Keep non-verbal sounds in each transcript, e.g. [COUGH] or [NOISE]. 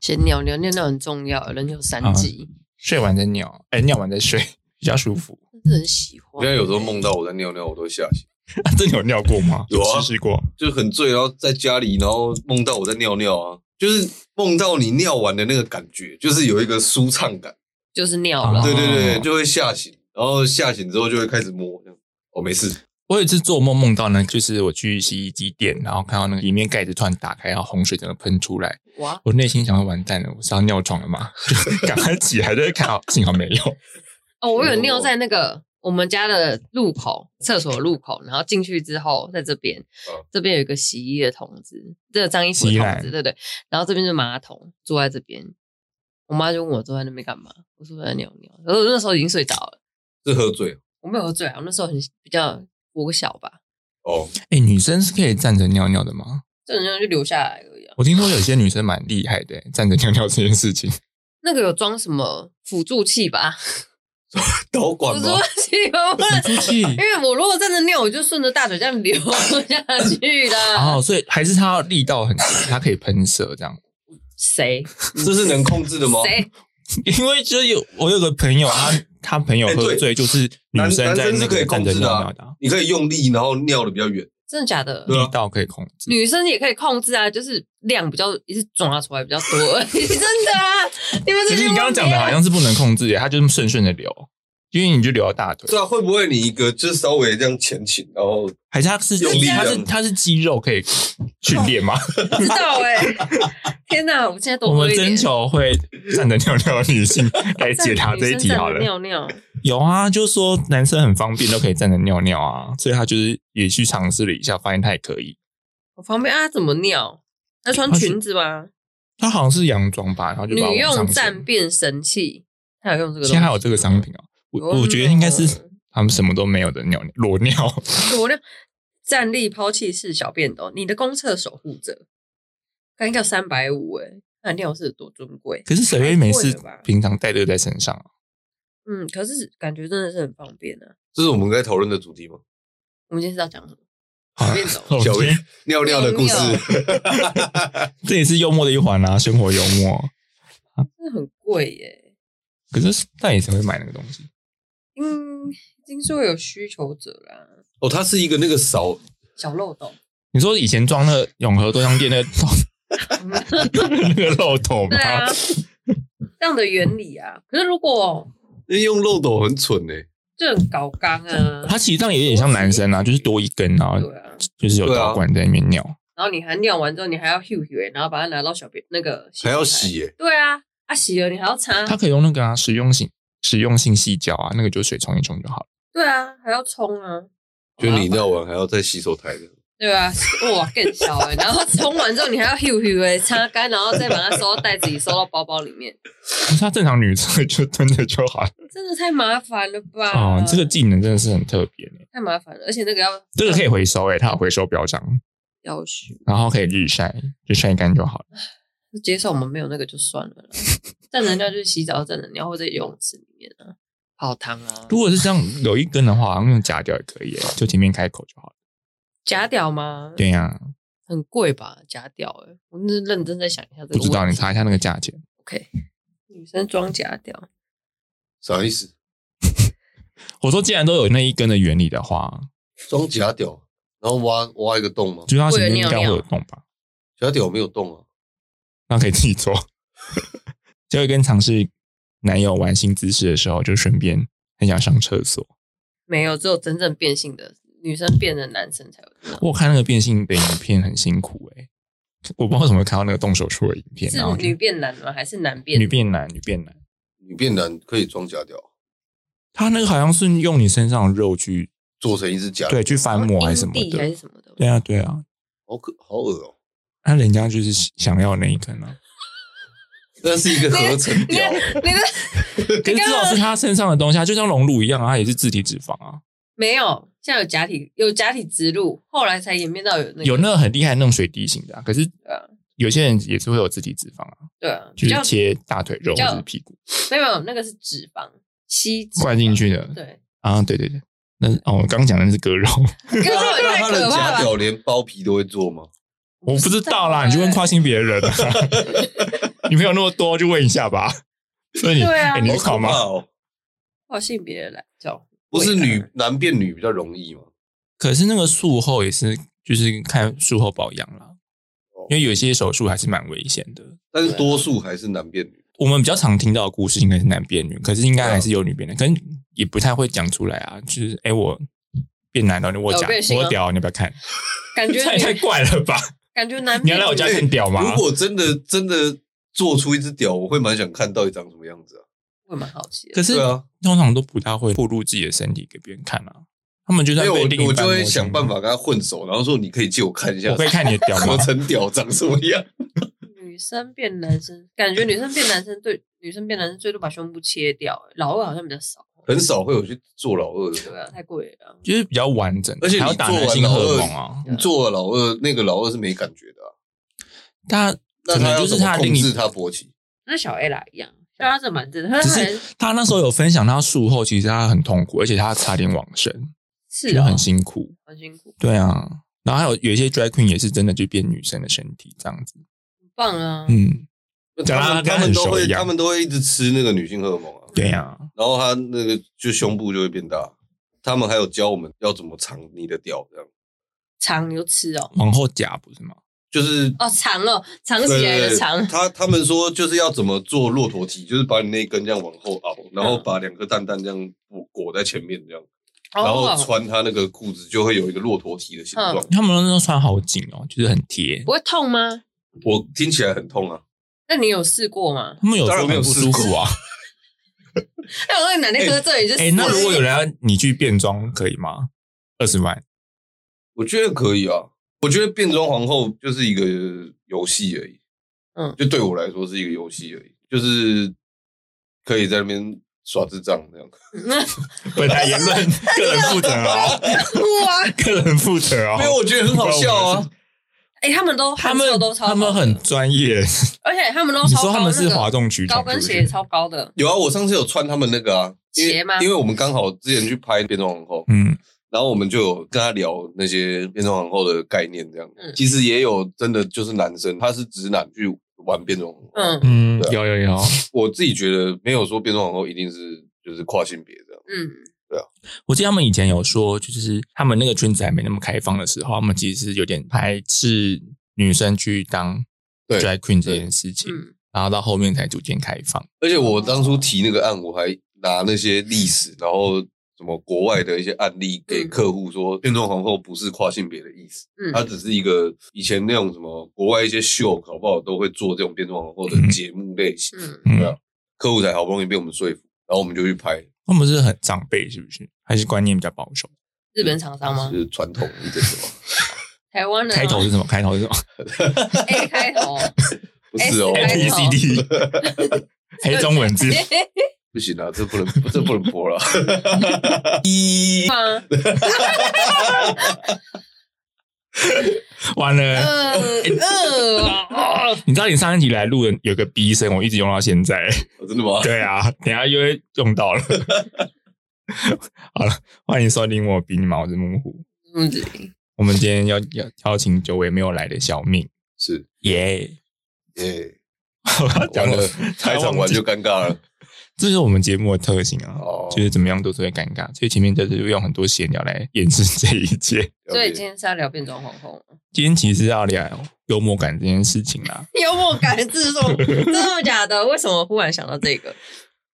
先尿尿，尿尿很重要，人有啊三急，睡完再尿，哎，尿完再睡 [LAUGHS] 比较舒服。真的很喜我欢。现在有时候梦到我在尿尿，我都会吓醒，真的有尿过吗？有啊试试过。就是很醉，然后在家里，然后梦到我在尿尿啊，就是梦到你尿完的那个感觉，就是有一个舒畅感。就是尿了，哦对对对，就会吓醒，然后吓醒之后就会开始摸，这样哦，没事，我有一次做梦梦到呢，就是我去洗衣机店，然后看到那个里面盖子突然打开，然后洪水整个喷出来，哇，我内心想说完蛋了，我是要尿床了吗？ [LAUGHS] 就赶快起来，就是看好，幸好没有。哦，我有尿在那个我们家的路口，厕所的路口，然后进去之后，在这边嗯，这边有一个洗衣的桶子，这个脏衣服的洗衣桶篮子，对对，然后这边是马桶，坐在这边，我妈就问我坐在那边干嘛，我说我在尿尿，可是我那时候已经睡着了，是喝醉我没有喝醉啊，我那时候很比较我小吧，哦， [LAUGHS] 哎、女生是可以站着尿尿的吗？这种尿就流下来而已、啊，我听说有些女生蛮厉害的、站着尿尿这件事情。那个有装什么辅助器吧？ [LAUGHS] 导辅管助吗？器我不能 [LAUGHS] 出气因为我如果站着尿，我就顺着大腿这样流下去啦。 [LAUGHS] 哦，所以还是它要力道很强，它可以喷射这样。谁？这是能控制的吗？谁？ [LAUGHS] 因为就是有我有个朋友，他他朋友哎对喝醉，就是女男生男在生那是可个以站控着制的尿啊、尿的啊， [LAUGHS] 你可以用力，然后尿的比较远。真的假的？对啊力道可以控制。女生也可以控制啊，就是量比较也是抓出来比较多而已。 [LAUGHS] 真的啊？你们可这是些你刚刚讲的好问题啊像是不能控制耶，它就是顺顺的流，因为你就流到大腿对，啊，会不会你一个就是稍微这样前倾，然后还是它是用力它这是样它是肌肉可以训练 [LAUGHS] 吗？不知道哎、天哪！我们现在多我喝们一点征求会站着尿尿的女性来解答这一题好站着 [LAUGHS] 了。尿尿，有啊，就说男生很方便都可以站着尿尿啊，所以他就是也去尝试了一下，发现他也可以。我旁边啊怎么尿？要穿裙子吗？他好像是洋装吧，然后就把它女往用上站升。便神器，他有用这个东西。哦现在还有这个商品啊，有啊我我觉得应该那是种他们什么都没有的尿尿裸 [LAUGHS] 尿。我那站立抛弃式小便斗，你的公厕守护者，刚要三百五哎，那尿是有多尊贵？可是谁会每太次贵了吧平常带这个在身上啊？嗯，可是感觉真的是很方便啊。这是我们该讨论的主题吗？我们今天是要讲什么？好小便斗， [LAUGHS] 我小觉得尿尿的故事，这也是幽默的一环啊，生活幽默。真的很贵耶、可是但也谁会买那个东西？嗯，听说有需求者啦， [LAUGHS] 哦，它是一个那个扫，小漏斗，你说以前装那个永和豆浆店那个 [LAUGHS] 那个漏斗吗嗯对？啊，这样的原理啊。可是如果那用漏斗很蠢哎、这很搞刚啊，它其实这样也有点像男生啊，就是多一根啊，对啊，就是有导管在里面尿。然后你还尿完之后，你还要 h u 然后把它拿到小便那个洗还要手台洗哎、对啊，啊洗了你还要擦，它可以用那个啊，实用性实用性细胶啊，那个就水冲一冲就好了。对啊，还要冲啊，就你尿完还要在洗手台的，对啊，哇更小哎、然后冲完之后你还要 [LAUGHS] hu hu 哎擦干，然后再把它收到袋子里，收到包包里面，可是它正常女生就蹲着就好了。真的太麻烦了吧？哦，这个技能真的是很特别欸，太麻烦了，而且那个要这个可以回收诶、它有回收标章，要许然后可以日晒，就晒干就好了。接受我们没有那个就算了啦，站着尿就是洗澡站着尿或者游泳池里面啊，泡汤啊，如果是这样有一根的话，好像用夹掉也可以欸、就前面开口就好了。假屌吗？对啊呀、很贵吧？假屌哎、我那是认真在想一下这个不知道问你题查一下那个价钱。 OK，女生装啊假屌。啥意思？我说既然都有那一根的原理的话，装假屌，然后挖挖一个洞吗？就它前面应该会有洞吧？假屌没有洞啊，那可以自己做。 [LAUGHS] 就会跟尝试男友玩新姿势的时候，就顺便很想上厕所。没有，只有真正变性的女生变成男生才有这样。我有看那个变性的影片很辛苦诶、我不知道为什么会看到那个动手术的影片，然后是就女变男吗？还是男变？女变男，女变男，你变男可以装假屌，他那个好像是用你身上的肉去做成一只假屌，对去翻模还是什么阴蒂还的是，什么的？对啊对啊，好可好恶哦、那人家就是想要那一根啊。那是一个合成你 [LAUGHS] 屌，看你的可是至少是他身上的东西，啊，就像隆乳一样啊，它也是自体脂肪啊。没有，现在有假体有假体植入，后来才演变到有那个有那个很厉害那种水滴型的、啊，可是对啊有些人也是会有自体脂肪啊，对啊，就比较是切大腿肉比较或者是屁股没有没有那个是脂肪吸脂肪灌进去的对，啊。对对对，那哦，我刚刚讲的那是割 [LAUGHS] 肉，根本那太他的可怕假了 [LAUGHS] 吧。屌连包皮都会做吗？ [LAUGHS] 我不知道啦，你就问跨性别人啊。女朋友那么多，就问一下吧。所以你，对啊哎你是好考可怕吗？哦！跨性别来叫，不是女男变女比较容易吗？可是那个术后也是，就是看术后保养啦，哦因为有些手术还是蛮危险的。但是多数还是男变女。我们比较常听到的故事应该是男变女，可是应该啊还是有女变男，可是也不太会讲出来啊。就是哎、我变男了，我有讲哦变性我了屌，你要不要看？感觉这也 [LAUGHS] 太女怪 [LAUGHS] 了吧！感觉男你要来我家变女看屌吗？如果真的真的做出一只屌，我会蛮想看到底长什么样子啊。我蛮好奇的可，是对啊，通常都不大会暴露自己的身体给别人看啊。他们就因算为被另我一我半就会摸想胸办，法跟他混熟，然后说你可以借我看一下，我可以看你的 [LAUGHS] 屌合吗？成屌长什么样。女生变男生，感觉女生变男生对女生变男生最多把胸部切掉，老二好像比较少，很少会有去做老二对的，啊，太贵了啊。就是比较完整，而且你还要打做男完性老荷尔二蒙啊。对你做了老二，那个老二是没感觉的啊、他那可能他要就是怎么他的控另一制他勃起？那小 A 啦一样，小 A 是蛮真的，他只还是他那时候有分享，他术后其实他很痛苦，而且他差点往生，是就哦很辛苦。很辛苦，啊对啊，然后还有有一些 drag queen 也是真的就变女生的身体这样子。很棒啊！嗯，讲得他他们跟他他很们都熟会，一样他们都会一直吃那个女性荷尔蒙啊，对啊，然后他那个就胸部就会变大。他们还有教我们要怎么藏你的屌，这样长你就吃哦，往后夹不是吗？就是哦长哦，长起来的长，他他们说就是要怎么做骆驼蹄，就是把你那根这样往后凹，嗯然后把两颗蛋蛋这样裹裹在前面这样，然后哦，穿他那个裤子就会有一个骆驼蹄的形状。嗯他们那时候穿好紧哦，就是很贴不。会痛吗？我听起来很痛啊，那你有试过吗？他们有时候当然没很有不试舒服 [LAUGHS] 啊。哎那我说你哪天搁这里就死哎、那如果有人要你去变装，可以吗？二十万，我觉得可以啊，我觉得变装皇后就是一个游戏而已，嗯就对我来说是一个游戏而已，就是可以在那边耍智障这样。 [LAUGHS] 本台言论个人负责哦，啊哇，个人负责哦没。有，我觉得很 [LAUGHS] 好笑啊，哎，他们都他们汗臭都超高他们很专业，而且他们都你超说高，他们是那个哗众取宠高跟是不鞋是也超高的，有啊，我上次有穿他们那个啊，因为鞋吗因为我们刚好之前去拍变装皇后，嗯，然后我们就有跟他聊那些变装皇后的概念，这样。嗯其实也有真的就是男生，他是直男去玩变装皇后。嗯嗯，对有有有，我自己觉得没有说变装皇后一定是就是跨性别这样。嗯，我记得他们以前有说，就是他们那个圈子还没那么开放的时候，他们其实是有点排斥女生去当对 drag queen 这件事情，嗯然后到后面才逐渐开放。而且我当初提那个案，我还拿那些历史，然后什么国外的一些案例给客户说，变装皇后不是跨性别的意思，嗯它只是一个以前那种什么国外一些秀，搞不好都会做这种变装皇后的节目类型。嗯，嗯对啊，客户才好不容易被我们说服，然后我们就去拍，他们是很长辈，是不是？还是观念比较保守？日本厂商吗就？是传统一 [LAUGHS] 点什么？台湾的吗开头是什么？开头是什么 A 开 [LAUGHS] 头，不是哦，开？A 头哎 B C [LAUGHS] D，黑中文字。 [LAUGHS] 不行啊，这不能，这不能播了。 [LAUGHS] 吗？完了，啊呃呃，你知道你上一集来录的有个 B 声，我一直用到现 [LAUGHS] 在。哦真的吗？对啊，等一下又会用到了。 [LAUGHS] 好了，欢迎收听我比你毛是木虎。木子我们今天要要邀请久违没有来的小命，是，耶、耶，讲完了了，，开场完就尴尬了。这是我们节目的特性啊，哦就是怎么样都是会尴尬，所以前面就是用很多闲聊来掩饰这一切。所以了今解天是要聊变装皇后，今天其实是要聊幽默感这件事情啦。 [LAUGHS] 幽默感制 [LAUGHS] 作，真的假的？为什么忽然想到这个？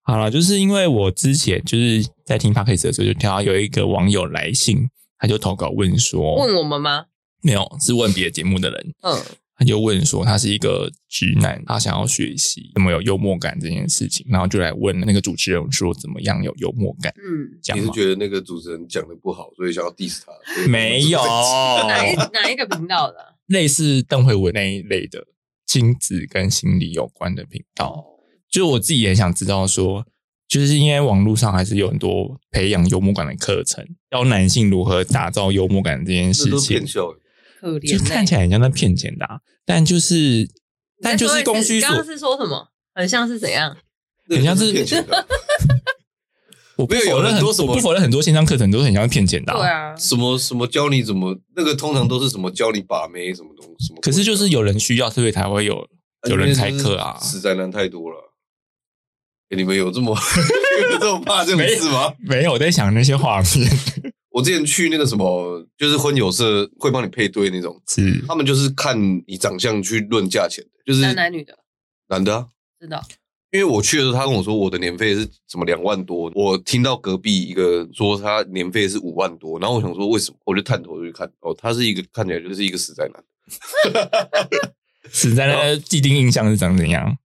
好了，就是因为我之前就是在听 p o d c a s 的时候，就听到有一个网友来信，他就投稿问说，问我们吗？没有是问别的节目的人，嗯他就问说他是一个直男，他想要学习怎么有幽默感这件事情，然后就来问那个主持人说怎么样有幽默感，嗯，讲你是吗？觉得那个主持人讲的不好，所以想要 diss 他？所以没有，哪一哦哪一个频道的？ [LAUGHS] 类似邓慧文那一类的亲子跟心理有关的频道，就是我自己也想知道说，就是因为网络上还是有很多培养幽默感的课程，教男性如何打造幽默感这件这事都情骗，笑。可就怜欸，看起来很像在骗钱的、啊，但就是但就是供需你刚所刚，是说什么？很像是怎样？那很像是骗钱 [LAUGHS] 的我不没有否有认很很多什么我不否认很多线上课程都是很像骗钱的、对。啊，什么什么教你怎么那个，通常都是什么教你把妹什么东什么鬼的。可是就是有人需要，所以才会有呃有人开课啊死宅男太多了。欸你们有这么 [LAUGHS] 有这么怕这种事吗？没有我在想那些画面 [LAUGHS] 我之前去那个什么，就是婚友社会帮你配对那种，是他们就是看你长相去论价钱的，就是男男女的，男的啊。知道因为我去的时候，他跟我说我的年费是什么两万多，我听到隔壁一个说他年费是五万多，然后我想说为什么，我就探头去看，哦，他是一个看起来就是一个死宅男，死在那个既定印象是长怎样？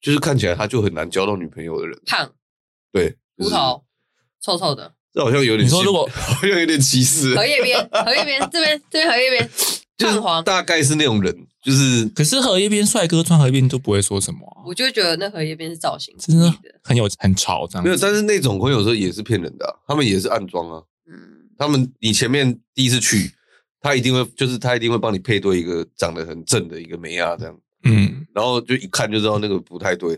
就是看起来他就很难交到女朋友的人，胖对，骨就是头臭臭的，这好像有点你说歧如果 [LAUGHS] 好像有点歧视，荷叶 [LAUGHS] 边，荷叶边这边这边荷叶边，就是泛黄，大概是那种人，就是可是荷叶边帅哥穿荷叶边都不会说什么嗯啊、我就觉得那荷叶边是造型故真的意的，很有很潮这样子。没有，但是那种朋友说也是骗人的啊、他们也是暗装啊，嗯，。他们你前面第一次去，他一定会就是他一定会帮你配对一个长得很正的一个美亚这样。嗯，然后就一看就知道那个不太对，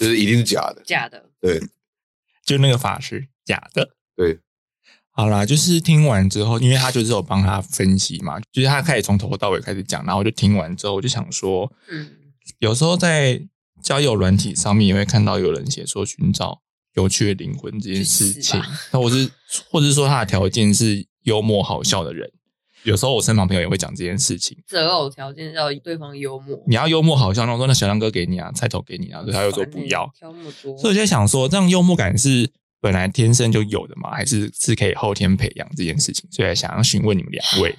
就是一定是假的 [LAUGHS] 假的，就那个法师假的。对，好啦，就是听完之后，因为他就是有帮他分析嘛，就是他开始从头到尾开始讲，然后我就听完之后，我就想说，嗯，有时候在交友软体上面也会看到有人写说寻找有趣的灵魂这件事去死情，那我是或者是说他的条件是幽默好笑的人。有时候我身旁朋友也会讲这件事情，择偶条件要对方幽默，你要幽默好笑，那我说那小亮哥给你啊，菜头给你啊，所以他又说烦不欸要，挑那么多，所以我就在想说，这样幽默感是本来天生就有的吗？还是是可以后天培养这件事情？所以想要询问你们两 [LAUGHS] 位，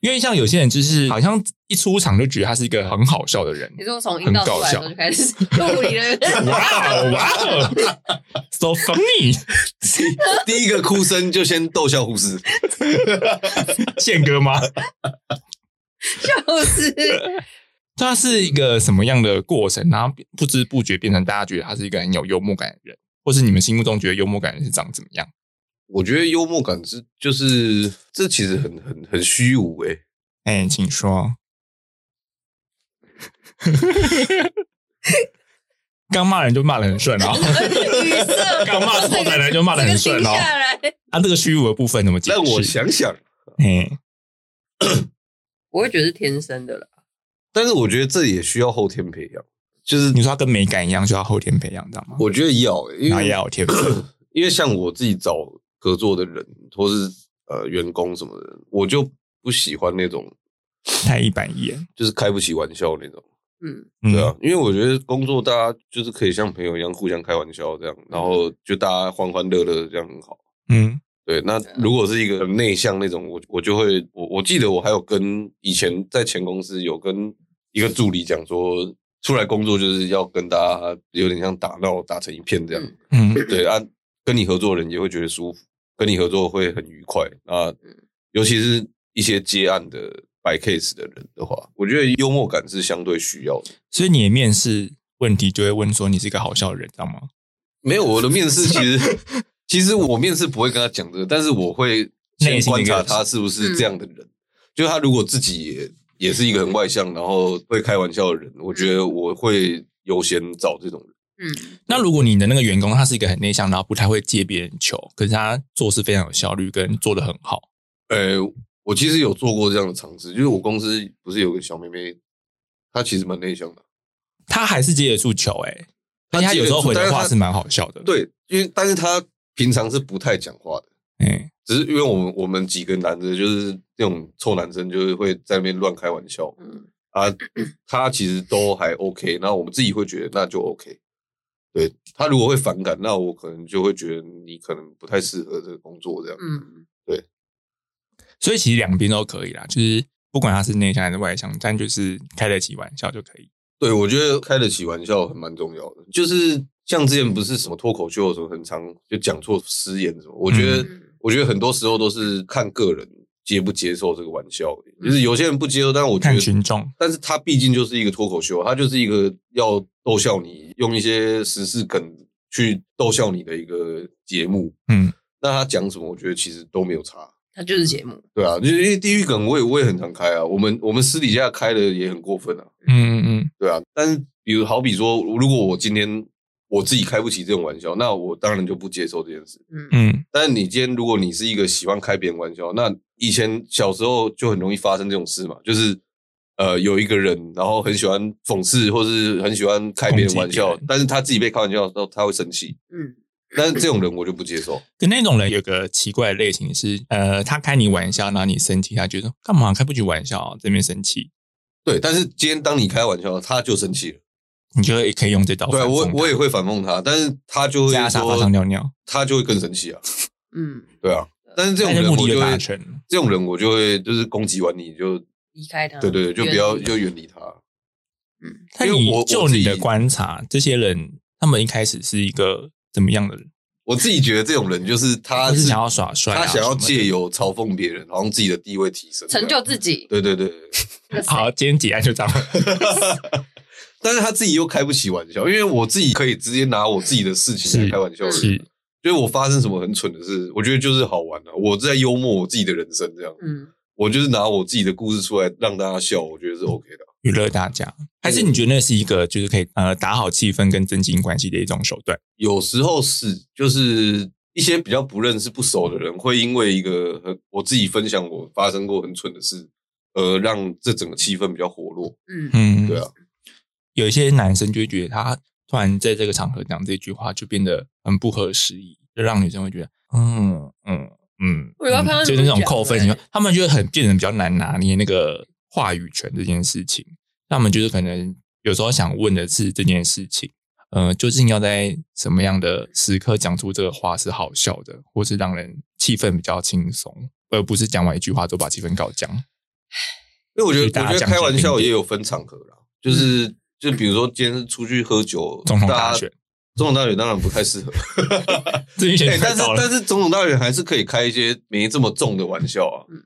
因为像有些人就是好像一出场就觉得他是一个很好笑的人你，说从阴道出来的时候就开始 [LAUGHS] 物理 [LAUGHS] 的，哇哦哇哦，so [LAUGHS] funny，第一个哭声就先逗笑护士，宪哥吗？就是 [LAUGHS] 他是一个什么样的过程？然后不知不觉变成大家觉得他是一个很有幽默感的人，或是你们心目中觉得幽默感的人是长怎么样？我觉得幽默感是就是这其实很很很虚无诶、哎、请 [LAUGHS] 说。刚骂人就骂的很顺哦，语塞， [LAUGHS] 刚骂错奶奶就骂得很顺哦整个停下来，啊，这个虚无的部分怎么解释？让我想想，哎，我会觉得是天生的了。但是我觉得这也需要后天培养，就是你说它跟美感一样，就要后天培养，知道吗？我觉得要、欸，因然后也为要有天分，因为像我自己找合作的人或是呃员工什么的，我就不喜欢那种太一板一眼。就是开不起玩笑那种。嗯，嗯对啊，，因为我觉得工作大家就是可以像朋友一样互相开玩笑这样，然后就大家欢欢乐乐这样很好。嗯，对，那如果是一个很内向那种，我我就会，我我记得我还有跟以前在前公司有跟一个助理讲说，出来工作就是要跟大家有点像打闹打成一片这样。嗯嗯，对啊，跟你合作的人也会觉得舒服，跟你合作会很愉快啊。尤其是一些接案的白 case 的人的话，我觉得幽默感是相对需要的。所以你的面试问题就会问说你是一个好笑的人，知道吗？没有，我的面 [LAUGHS] 试其实其实我面试不会跟他讲这个，但是我会先观察他是不是这样的人。就他如果自己也也是一个很外向，然后会开玩笑的人，我觉得我会优先找这种人。嗯，那如果你的那个员工他是一个很内向，然后不太会接别人球，可是他做事非常有效率，跟做的很好，呃，我其实有做过这样的尝试，就是我公司不是有个小妹妹，她其实蛮内向的。他还是接得住球、欸，哎，他他有时候回接得的住但话是他是蛮好笑的，，对，因为但是她平常是不太讲话的，哎、只是因为我们我们几个男的，就是那种臭男生，就是会在那边乱开玩笑。嗯啊，他其实都还 OK，那我们自己会觉得那就 OK。对他如果会反感，那我可能就会觉得你可能不太适合这个工作这样。嗯，所以其实两边都可以啦，就是不管他是内向还是外向，但就是开得起玩笑就可以。对，我觉得开得起玩笑很蛮重要的，就是像之前不是什么脱口秀什么，很常就讲错失言什么，我觉得、嗯我觉得很多时候都是看个人接不接受这个玩笑，嗯就是有些人不接受，但我觉看得群众，但是他毕竟就是一个脱口秀，他就是一个要逗笑你，用一些时事梗去逗笑你的一个节目。嗯，那他讲什么，我觉得其实都没有差。它就是节目，对啊，就是因为地狱梗我也我也很常开啊，我们我们私底下开的也很过分啊，嗯嗯嗯，对啊。但是比如好比说，如果我今天我自己开不起这种玩笑，那我当然就不接受这件事。嗯嗯，但是你今天如果你是一个喜欢开别人玩笑，那以前小时候就很容易发生这种事嘛，就是呃有一个人，然后很喜欢讽刺或是很喜欢开别人玩攻击笑别人，但是他自己被开玩笑的时候他会生气，嗯，但是这种人我就不 [LAUGHS] 接受。跟那种人有个奇怪的类型是，呃，他开你玩笑，然后你生气，他觉得干嘛开不起玩笑、啊，这边生气，对，但是今天当你开玩笑，他就生气了。你就也可以用这招反对啊讽他。我我也会反讽他，但是他就会在他沙发说上尿尿，他就会更生气啊。嗯，对啊，但是这种但是人目我的就就达会，成了。这种人我就会就是攻击完你就离开他，嗯对对，对就不要远离就远离他。但因为你我我就自你己的观察，这些人他们一开始是一个怎么样的人？我自己觉得这种人就是他就是是想要耍帅啊他想要什么的借由嘲讽别人，好像自己的地位提升，成就自己。对对对。 [LAUGHS] 对那谁好，今天结案就这样。但是他自己又开不起玩笑，因为我自己可以直接拿我自己的事情来是开玩笑的，是，就是我发生什么很蠢的事，我觉得就是好玩啊，我在幽默我自己的人生这样，嗯，我就是拿我自己的故事出来让大家笑，我觉得是 OK 的。娱乐大家，还是你觉得那是一个就是可以呃打好气氛跟增进关系的一种手段？有时候是就是一些比较不认识、不熟的人，会因为一个很我自己分享我发生过很蠢的事，呃，让这整个气氛比较活络。嗯，嗯，对啊，有一些男生就会觉得他突然在这个场合讲这句话，就变得很不合时宜，就让女生会觉得嗯嗯嗯，我有看到他嗯们就是那种讲扣分欸情况，他们就会很变得比较难拿捏那个话语权这件事情。他们就是可能有时候想问的是这件事情，呃，究竟要在什么样的时刻讲出这个话是好笑的，或是让人气氛比较轻松，而不是讲完一句话就把气氛搞僵。因为我觉所得，以大家我觉得讲开玩解笑并也有分场合啦，就是、就比如说今天出去喝酒，嗯总统大大家选，总统大选当然不太适 [LAUGHS] 合，这一哎选但是到了但。是总统大选还是可以开一些没这么重的玩笑啊嗯。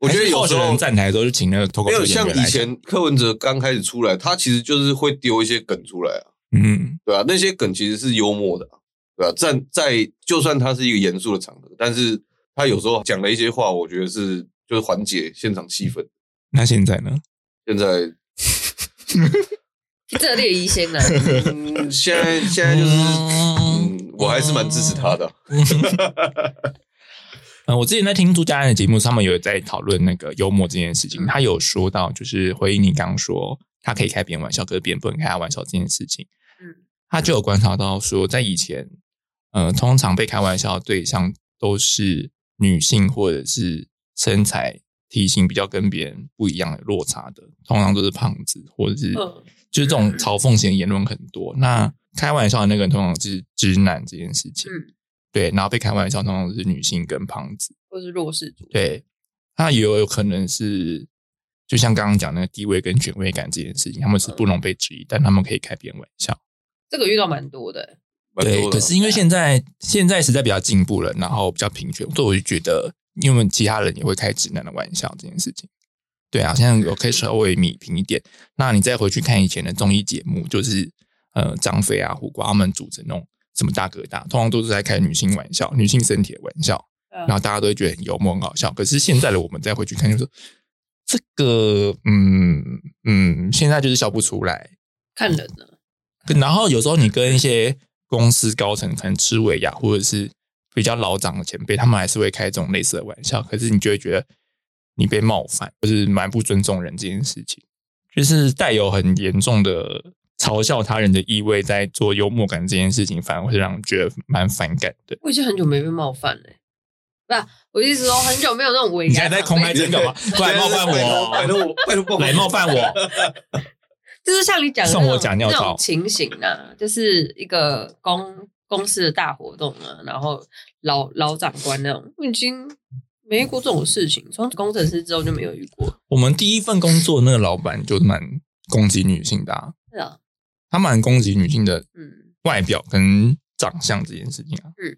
我觉得有候时候人站台的时候就请那个脱口没秀有演员像来以讲，前柯文哲刚开始出来，他其实就是会丢一些梗出来啊。嗯，对啊，那些梗其实是幽默的啊、对啊，在在就算它是一个严肃的场合，但是他有时候讲了一些话，我觉得是就是缓解现场气氛。那现在 [LAUGHS] 呢？现在，这列一仙 [LAUGHS] 男，嗯、现在现在就是，嗯，我还是蛮支持他的啊、呃，我之前在听朱家安的节目，他们有在讨论那个幽默这件事情，嗯他有说到，就是回应你刚刚说他可以开别人玩笑，可是别人不能开他玩笑这件事情，嗯他就有观察到说，在以前，呃，通常被开玩笑的对象都是女性或者是身材体型比较跟别人不一样的落差的，通常都是胖子或者是、嗯就是这种嘲讽型的言论很多。那开玩笑的那个人通常是直男这件事情，嗯对，然后被开玩笑通常是女性跟胖子，或是弱势族，对，那也有可能是。就像刚刚讲那个地位跟权威感这件事情，他们是不容被质疑，但他们可以开别人玩笑。这个遇到蛮多的，蛮多的对，啊可是因为现在现在时代比较进步了，然后比较平权，所以我就觉得，因为其他人也会开直男的玩笑这件事情。对啊，现在我可以稍微米平一点。那你再回去看以前的综艺节目，就是呃张飞啊、胡瓜他们组成那种什么大哥大，通常都是在开女性玩笑、女性身体的玩笑，嗯然后大家都会觉得很幽默、很搞笑。可是现在的我们再回去看，就说这个，嗯嗯，现在就是笑不出来，看人啊呢，然后有时候你跟一些公司高层，可能吃尾牙或者是比较老长的前辈，他们还是会开这种类似的玩笑，可是你就会觉得你被冒犯，就是蛮不尊重人这件事情，就是带有很严重的嘲笑他人的意味，在做幽默感这件事情，反而会让人觉得蛮反感的。我已经很久没被冒犯嘞、不是，我意思说很久没有那种围你压还场面。在空拍间干嘛？过来冒犯拜我，托我，拜托我来冒犯我，就是像你讲的那送我种假尿那照种情形啊，就是一个公公司的大活动啊，然后老老长官那种，我已经没遇过这种事情，从工程师之后就没有遇过。我们第一份工作那个老板就蛮攻击女性的、啊，是啊，他蛮攻击女性的嗯外表跟长相这件事情啊。嗯，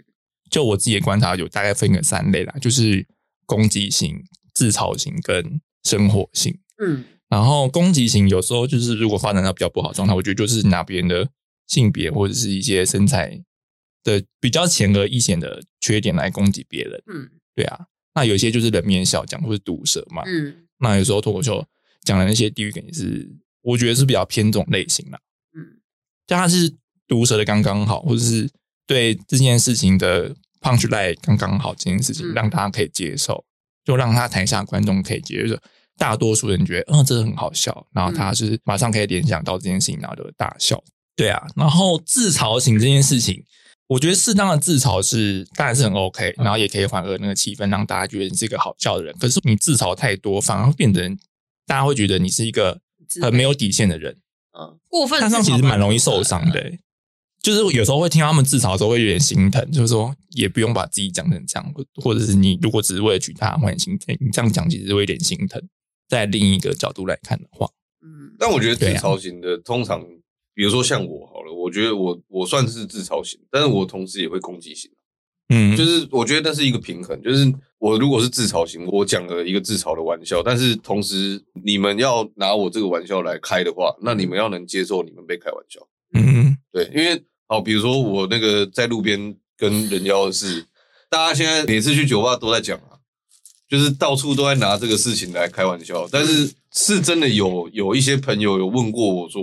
就我自己的观察，有大概分个三类啦，就是攻击型、自嘲型跟生活型。嗯然后攻击型有时候就是如果发展到比较不好的状态，我觉得就是拿别人的性别或者是一些身材的比较显而易显的缺点来攻击别人。嗯对啊，那有一些就是冷面笑讲或是毒舌嘛。嗯那有时候脱口秀讲的那些地域梗也是，我觉得是比较偏这种类型啦。嗯就他是毒舌的刚刚好，或者是对这件事情的 punch line 刚刚好，这件事情嗯让大家可以接受，就让他台下观众可以接受。大多数人觉得，嗯，这个很好笑，然后他是马上可以联想到这件事情，然后就大笑。对啊，然后自嘲型这件事情，我觉得适当的自嘲是当然是很 OK，然后也可以缓和那个气氛，让大家觉得你是一个好笑的人。可是你自嘲太多，反而会变成大家会觉得你是一个很没有底线的人。嗯，过分他上其实蛮容易受伤的、啊欸，就是有时候会听他们自嘲的时候会有点心疼，就是说也不用把自己讲成这样，或者是你如果只是为了取他欢心，你这样讲其实会有点心疼。在另一个角度来看的话，嗯，但我觉得自对啊嘲型的、通常，比如说像我好了，我觉得我我算是自嘲型，但是我同时也会攻击型，啊嗯，就是我觉得那是一个平衡。就是我如果是自嘲型，我讲了一个自嘲的玩笑，但是同时你们要拿我这个玩笑来开的话，那你们要能接受你们被开玩笑。嗯对，因为好，比如说我那个在路边跟人妖的事，大家现在每次去酒吧都在讲啊，就是到处都在拿这个事情来开玩笑。但是是真的有有一些朋友有问过我说，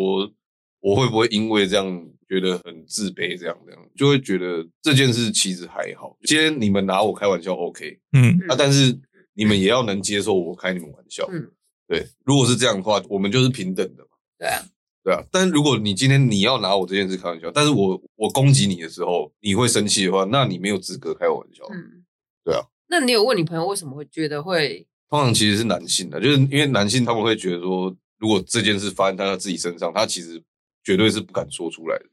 我会不会因为这样觉得很自卑？这样这样就会觉得这件事其实还好。今天你们拿我开玩笑 OK，嗯啊，但是你们也要能接受我开你们玩笑。嗯对，如果是这样的话，我们就是平等的。对啊，对啊，但如果你今天你要拿我这件事开玩笑，但是我我攻击你的时候，你会生气的话，那你没有资格开我玩哦笑。嗯，对啊。那你有问你朋友为什么会觉得会？通常其实是男性的，就是因为男性他们会觉得说，如果这件事发生在他自己身上，他其实绝对是不敢说出来的。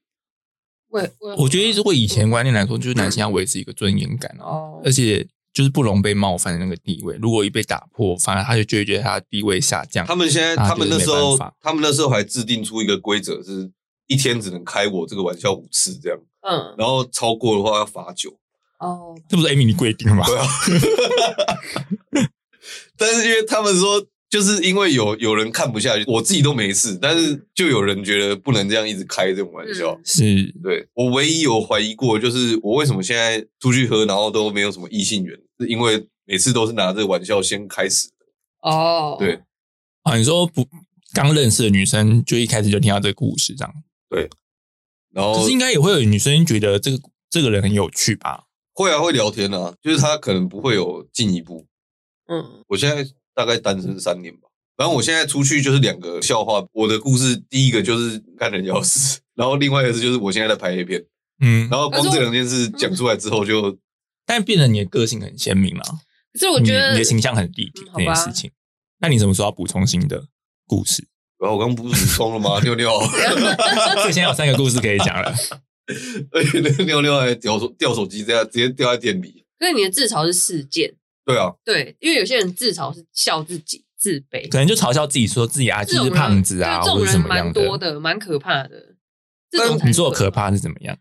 为为我觉得如果以前观念来说，就是男性要维持一个尊严感啊，哦而，且就是不容被冒犯的那个地位，如果一被打破，反而他就就会觉得他的地位下降。他们现在，啊他们那时候就是没办法，他们那时候还制定出一个规则，是一天只能开我这个玩笑五次这样，嗯，然后超过的话要罚酒。哦，这不是 Amy 你规定吗？对啊，但是因为他们说，就是因为有有人看不下去，我自己都没事，但是就有人觉得不能这样一直开这种玩笑。嗯是，对我唯一有怀疑过，就是我为什么现在出去喝，然后都没有什么异性缘，是因为每次都是拿这个玩笑先开始。哦，对，啊，你说不刚认识的女生就一开始就听到这个故事，这样，然后可是应该也会有女生觉得这个这个人很有趣吧？会啊，会聊天啊，就是他可能不会有进一步。嗯，我现在大概单身三年吧，反正我现在出去就是两个笑话。我的故事第一个就是看人妖事，然后另外一个是就是我现在在拍 A 片，嗯，然后光这两件事讲出来之后就，但变得你的个性很鲜明了，啊可是我觉得你你的形象很立体嗯好这件吧事情。那你什么时候要补充新的故事？然后我刚不是补充了吗？尿啊尿， [LAUGHS] 所以现在有三个故事可以讲了。 [LAUGHS] 而且那个尿尿还掉手掉手机，这样直接掉在店里。可是你的自嘲是事件，对啊，对，因为有些人自嘲是笑自己自卑，可能就嘲笑自己说自己啊这就种是人胖子啊，对这或种者什人么蛮样多的，蛮可怕的。这种才你说的可怕，怕是怎么样？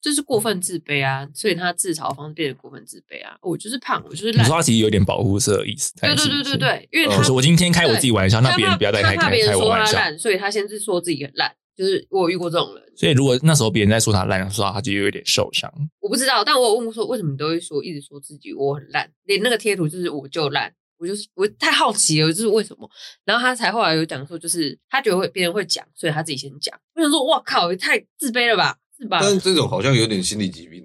就是过分自卑啊，所以他自嘲方式变得过分自卑啊。我就是胖，我就是你烂，说他其实有点保护色的意思，对但对是哦对对，对，因为呃他我说我今天开我自己玩笑，那他别人怕不要再他开怕开别人开我说玩他笑。烂，所以他先是说自己很烂。就是我有遇过这种人，所以如果那时候别人在说他烂的时候，他就有点受伤。我不知道，但我有问过说为什么你都会说一直说自己我很烂，连那个贴图就是我就烂，我就是我太好奇了，就是为什么？然后他才后来有讲说，就是他觉得会别人会讲，所以他自己先讲。我想说，哇靠，也太自卑了吧，是吧？ [LAUGHS] 但是这种好像有点心理疾病、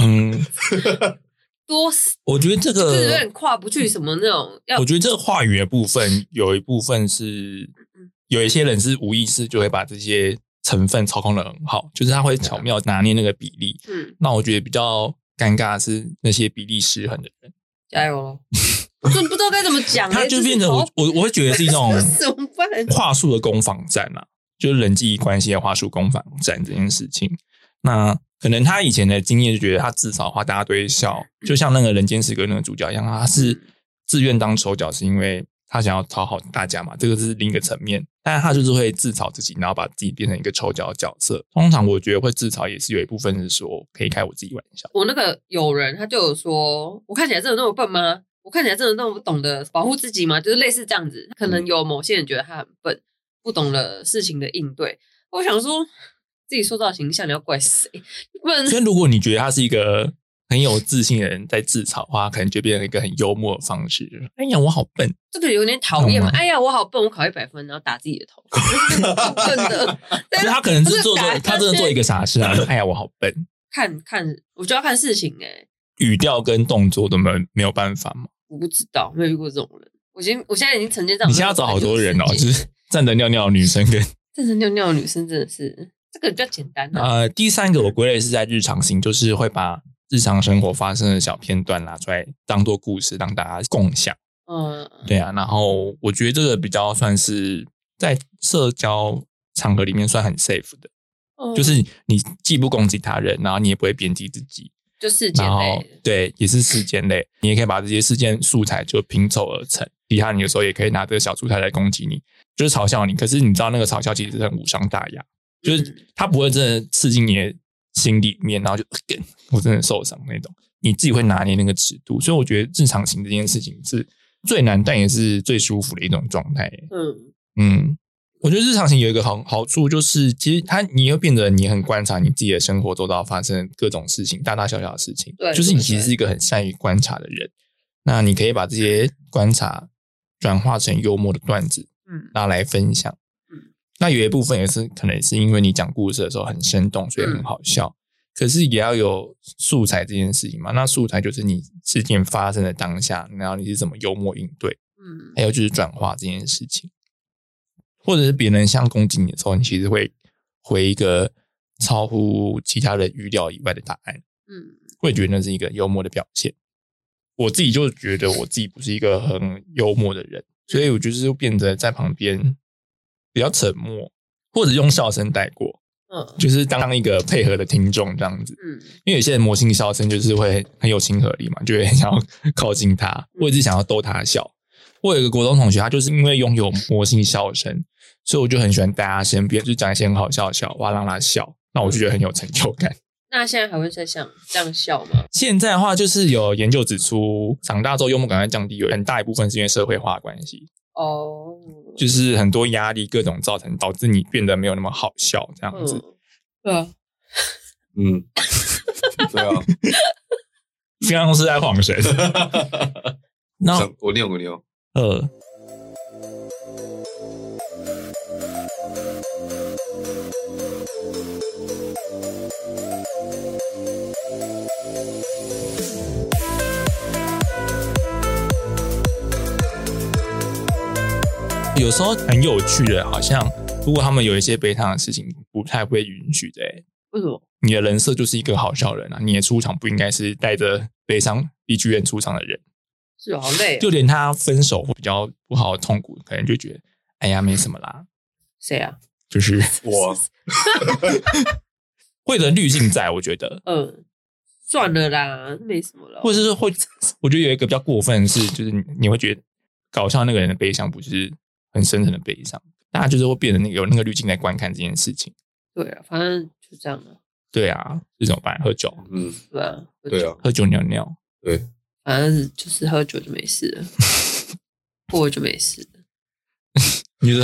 嗯，多死我觉得这就是有个，点跨不去什么那种要我觉得这个话语的部分有一部分是有一些人是无意识就会把这些成分操控的很好，就是他会巧妙拿捏那个比例。嗯那我觉得比较尴尬的是那些比例失衡的人，加油咯， [LAUGHS] 我真的不知道该怎么讲、欸，他哎就变成我我我会觉 [LAUGHS] 得是一种 [LAUGHS] 怎么办？话术的攻防战啊，就是人际关系的话术攻防战这件事情。那可能他以前的经验就觉得他至少的话大家都会笑，就像那个《人间失格》那个主角一样，他是自愿当丑角，是因为他想要讨好大家嘛，这个是另一个层面。但是他就是会自嘲自己，然后把自己变成一个丑角的角色。通常我觉得会自嘲也是有一部分是说可以开我自己玩笑，我那个友人他就有说，我看起来真的那么笨吗？我看起来真的那么不懂得保护自己吗？就是类似这样子，可嗯能有某些人觉得他很笨，不懂得事情的应对。我想说，自己塑造形象，你要怪谁？不然所以如果你觉得他是一个很有自信的人在自嘲的话，可能就变成一个很幽默的方式，就是哎呀我好笨，这个有点讨厌嘛。懂吗哎呀，我好笨，我考一百分，然后打自己的头， [LAUGHS] 笨 [LAUGHS] 的。可是他可能是做啊不做是，他真的做一个傻事啊！ [LAUGHS] 哎呀，我好笨，看看，我就要看事情哎、语调跟动作都没有没有办法嘛。我不知道，没有遇过这种人。我已经我现在已经成见这样，你现在要找好多人哦，就是就是 [LAUGHS] 站着尿尿的女生跟站着尿尿的女生真的是这个比较简单啊，呃，第三个我归类是在日常型，就是会把日常生活发生的小片段拿出来当做故事，让大家共享。嗯，对啊，然后我觉得这个比较算是在社交场合里面算很 safe 的，嗯就是你既不攻击他人，然后你也不会贬低自己，就事件然后类的，对，也是事件类，你也可以把这些事件素材就拼凑而成。其他你有时候也可以拿这个小素材来攻击你，就是嘲笑你。可是你知道那个嘲笑其实是很无伤大雅，嗯就是他不会真的刺进你的心里面，然后就跟我真的受伤那种。你自己会拿捏那个尺度，所以我觉得日常型这件事情是最难，但也是最舒服的一种状态。嗯，嗯，我觉得日常型有一个好好处就是，其实它你又变得你很观察你自己的生活周到发生各种事情，大大小小的事情，对就是你对其实是一个很善于观察的人。那你可以把这些观察转化成幽默的段子，嗯拿来分享。那有一部分也是可能是因为你讲故事的时候很生动，所以很好笑。嗯可是也要有素材这件事情嘛。那素材就是你事件发生的当下，然后你是怎么幽默应对，嗯还有就是转化这件事情，或者是别人像攻击你的时候，你其实会回一个超乎其他人预料以外的答案。嗯会觉得那是一个幽默的表现。我自己就觉得我自己不是一个很幽默的人，所以我就是变得在旁边比较沉默，或者用笑声带过，嗯就是当一个配合的听众这样子。嗯，因为有些人魔性笑声就是会很有亲和力嘛，就会很想要靠近他，或者是想要逗他笑。我有一个国中同学，他就是因为拥有魔性笑声，所以我就很喜欢在他身边，就讲一些很好笑的笑话让他笑，那我就觉得很有成就感。那现在还会再想这样笑吗？现在的话，就是有研究指出，长大之后幽默感会降低，有很大一部分是因为社会化的关系，哦，就是很多压力各种造成，导致你变得没有那么好笑这样子。嗯，对啊，嗯， [LAUGHS] 对啊，刚刚是在晃神。 [LAUGHS] [LAUGHS] 那啊想我尿我尿，呃，有时候很有趣的，好像如果他们有一些悲伤的事情，不太会允许的欸、为什么？你的人设就是一个好笑人啊，你的出场不应该是带着悲伤 B G M 出场的人。是哦好累哦，就连他分手或比较不好的痛苦，可能就觉得哎呀没什么啦，谁啊？ [LAUGHS] 就是哇，会的滤镜在，我觉得，嗯，算了啦，没什么了，或者是会，我觉得有一个比较过分的是，就是你你会觉得搞笑那个人的悲伤不是很深层的悲伤，大家就是会变成那个有那个滤镜来观看这件事情。对啊，反正就这样了，对啊，这怎么办？喝酒，嗯，对啊，喝酒对啊，喝酒尿尿，反正就是喝酒就没事了，过了就没事了，你说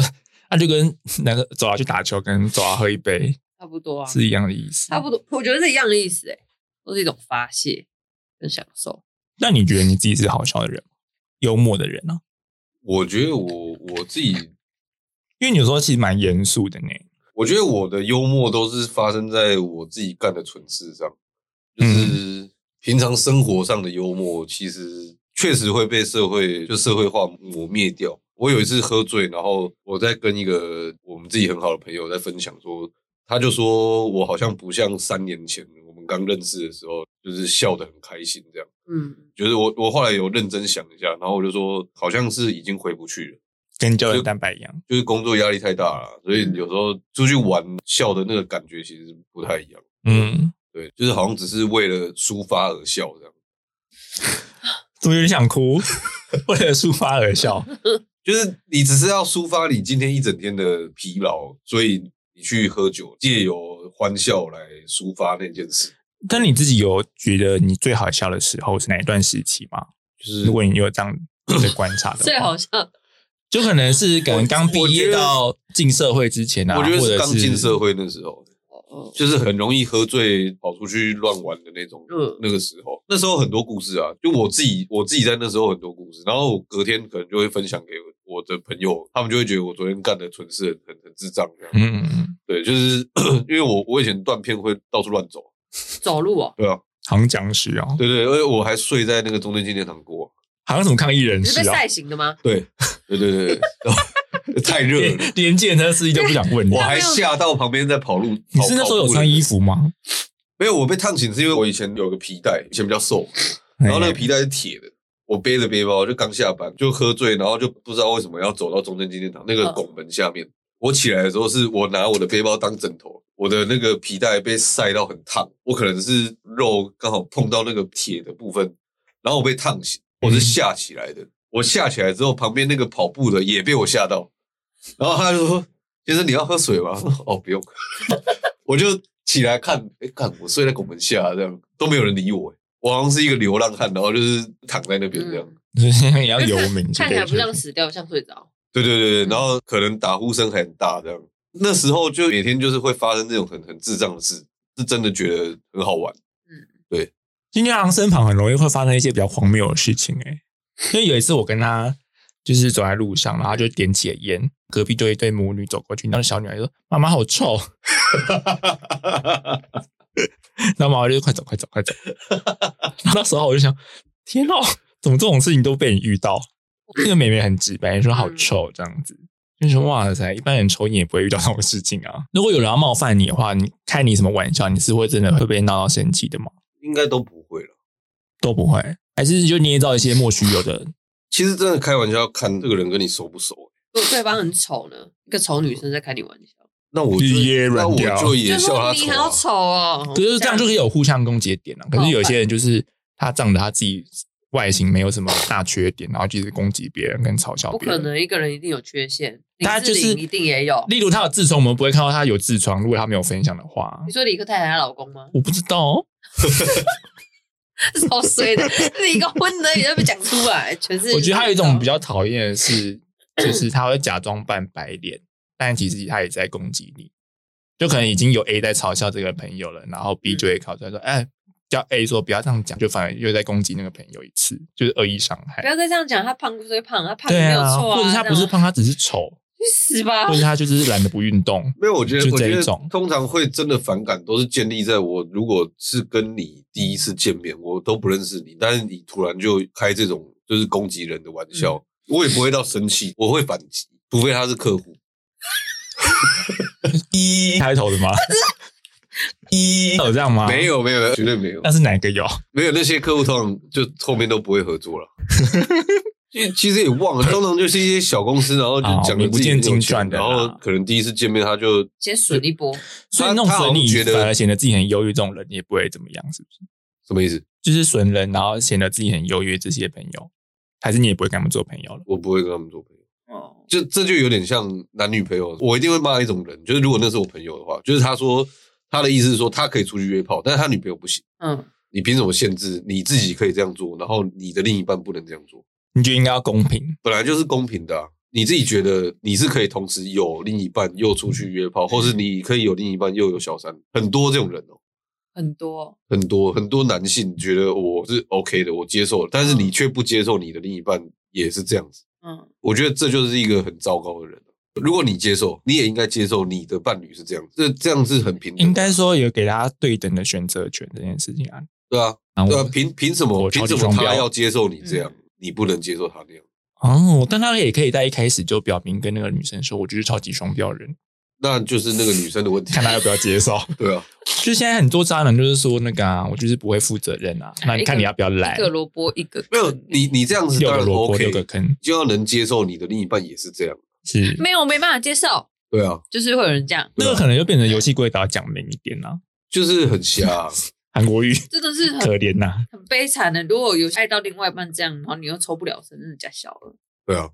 啊，就跟那个走啊去打球，跟走啊喝一杯差不多啊，是一样的意思。差不多，我觉得是一样的意思诶，都是一种发泄跟享受。那你觉得你自己是好笑的人吗，幽默的人呢、啊？我觉得我我自己，因为你有时候其实蛮严肃的呢。我觉得我的幽默都是发生在我自己干的蠢事上，就是平常生活上的幽默，其实确实会被社会就社会化磨灭掉。我有一次喝醉，然后我在跟一个我们自己很好的朋友在分享说，他就说我好像不像三年前我们刚认识的时候，就是笑得很开心这样。嗯，就是我我后来有认真想一下，然后我就说好像是已经回不去了，跟胶原蛋白一样。就是工作压力太大了，所以嗯有时候出去玩笑的那个感觉其实不太一样。嗯，对，就是好像只是为了抒发而笑这样。怎么有点想哭？ [LAUGHS] 为了抒发而笑。就是你只是要抒发你今天一整天的疲劳，所以你去喝酒，借由欢笑来抒发那件事。但你自己有觉得你最好笑的时候是哪一段时期吗？就是如果你有这样的观察的最话，好像就可能是可能刚毕业到进社会之前啊，我觉得或者是是刚进社会那时候，哦，就是很容易喝醉跑出去乱玩的那种。嗯那个时候，那时候很多故事啊，就我自己我自己在那时候很多故事，然后我隔天可能就会分享给我的朋友，他们就会觉得我昨天干的蠢事很很很智障这样。嗯，嗯， [LAUGHS] 对，就是 [COUGHS] 因为我我以前断片会到处乱走，走路哦，对啊，好像讲师哦，对对，而且我还睡在那个中正纪念堂过，好像什么抗议人你是士被啊，晒醒的吗？对对对对， [LAUGHS] 然后太热了，连连健车司机都不想问你我。还吓到旁边在跑路。你是那时候有穿衣服？服吗？没有，我被烫醒是因为我以前有个皮带，以前比较瘦，哎然后那个皮带是铁的。我背着背包就刚下班，就喝醉，然后就不知道为什么要走到中正纪念堂那个嗯拱门下面。我起来的时候，是我拿我的背包当枕头，我的那个皮带被晒到很烫，我可能是肉刚好碰到那个铁的部分，然后我被烫醒，我是吓起来的。我吓起来之后，旁边那个跑步的也被我吓到，然后他就说：“先生，你要喝水吗？” [LAUGHS] 我说：“哦，不用。”我就起来看，哎、看我睡在拱门下，这样都没有人理我、我好像是一个流浪汉，然后就是躺在那边这样。嗯所以现在也要游民， [LAUGHS] 看起来不像对死掉，像睡着。对对嗯对对，然后可能打呼声还很大，这样。那时候就每天就是会发生这种很很智障的事，是真的觉得很好玩。 [LAUGHS] 今天昂身旁很容易会发生一些比较荒谬的事情、欸，因为有一次我跟他就是走在路上，然后他就点起了烟，隔壁就一对母女走过去，然后小女孩就说：“妈妈好 [LAUGHS] 臭。”然后妈妈就说快走快走快走。然后那时候我就想，天哦，怎么这种事情都被你遇到？那个妹妹很直白，说好臭这样子，就说哇塞，一般人抽烟也不会遇到这种事情啊。如果有人要冒犯你的话，你开你什么玩笑，你是会真的会被闹到生气的吗？应该都不会了。都不会，还是就捏造一些莫须有的。其实真的开玩笑，看这个人跟你熟不熟。如果对方很丑呢，一个丑女生在开你玩笑，那我就你也那软我掉就也就笑说他你丑、好啊。丑哦。可是这样就可以有互相攻击的点啊。可是有些人就是他仗着他自己外形没有什么大缺点，然后就是攻击别人跟嘲笑不别可人。能，一个人一定有缺陷。他林志就是玲一定也有。例如他有痔疮，我们不会看到他有痔疮，如果他没有分享的话？你，说李克太太她老公吗 [LAUGHS] 我不知道哦。超衰的， [LAUGHS] 你一个婚德语都被讲出来，全是。我觉得他有一种比较讨厌的是，就是他会假装扮白脸，但其实他也在攻击你。就可能已经有 A 在嘲笑这个朋友了，然后 B 就嗯会考出来说：“哎、叫 A 说不要这样讲，就反而又在攻击那个朋友一次，就是恶意伤害不。要再这样讲，他胖就是胖，他胖对也没有啊，错或者他不是这样胖，他只是丑，去死吧或！者他就是懒得不运动。没有，我觉得就我这觉一得种通常会真的反感，都是建立在我如果是跟你第一次见面，我都不认识你，但是你突然就开这种就是攻击人的玩笑，嗯我也不会到生气，我会反击，除非他是客户。 [LAUGHS] 一开头的吗？ [LAUGHS] 一有这样吗？没，有没有，绝对没有啊那，是哪个有？没有那些客户通常就后面都不会合作 [LAUGHS] 了。其其实也忘了，通常就是一些小公司，然后就啊讲的名不自己见很有经钱传的然后啦可能第一次见面他就先损一波，所以那种他好损像你觉得反而显得自己很优越，这种人也不会怎么样，是不是？什么意思？就是损人，然后显得自己很优越这些朋友，还是你也不会跟他们做朋友了？我不会跟他们做朋友。哦，就这就有点像男女朋友，我一定会骂一种人，就是如果那是我朋友的话，就是他说他的意思是说他可以出去约炮，但是他女朋友不行，嗯，你凭什么限制你自己可以这样做，然后你的另一半不能这样做？你就应该要公平。本来就是公平的啊、你自己觉得你是可以同时有另一半又出去约炮，或是你可以有另一半又有小三，很多这种人哦、很多很多很多男性觉得我是 OK 的，我接受了，但是你却不接受你的另一半也是这样子。嗯，我觉得这就是一个很糟糕的人。如果你接受，你也应该接受你的伴侣是这样，这这样是很平等，应该说有给大家对等的选择权这件事情啊。对啊，啊对啊，我凭凭什么？我超凭级什么双标嗯他要接受你这样，你不能接受他那样？哦，但他也可以在一开始就表明跟那个女生说，我就是超级双标人，那就是那个女生的 [LAUGHS] 问题看，她要不要接受。对啊，就现在很多渣男就是说那个啊，我就是不会负责任啊，那你看你要不要来哎一？个萝卜一个 [LAUGHS] 没有你你这样子六当个然萝卜 OK，六个坑，就要能接受你的另一半也是这样，是没有，我没办法接受，对啊，就是会有人这样，那个可能就变成游戏规则讲明一点啦、就是很瞎 [LAUGHS] 啊、韩国语真的是很可怜呐、很悲惨的。如果有爱到另外一半这样，然后你又抽不了身，真的假小了，对啊，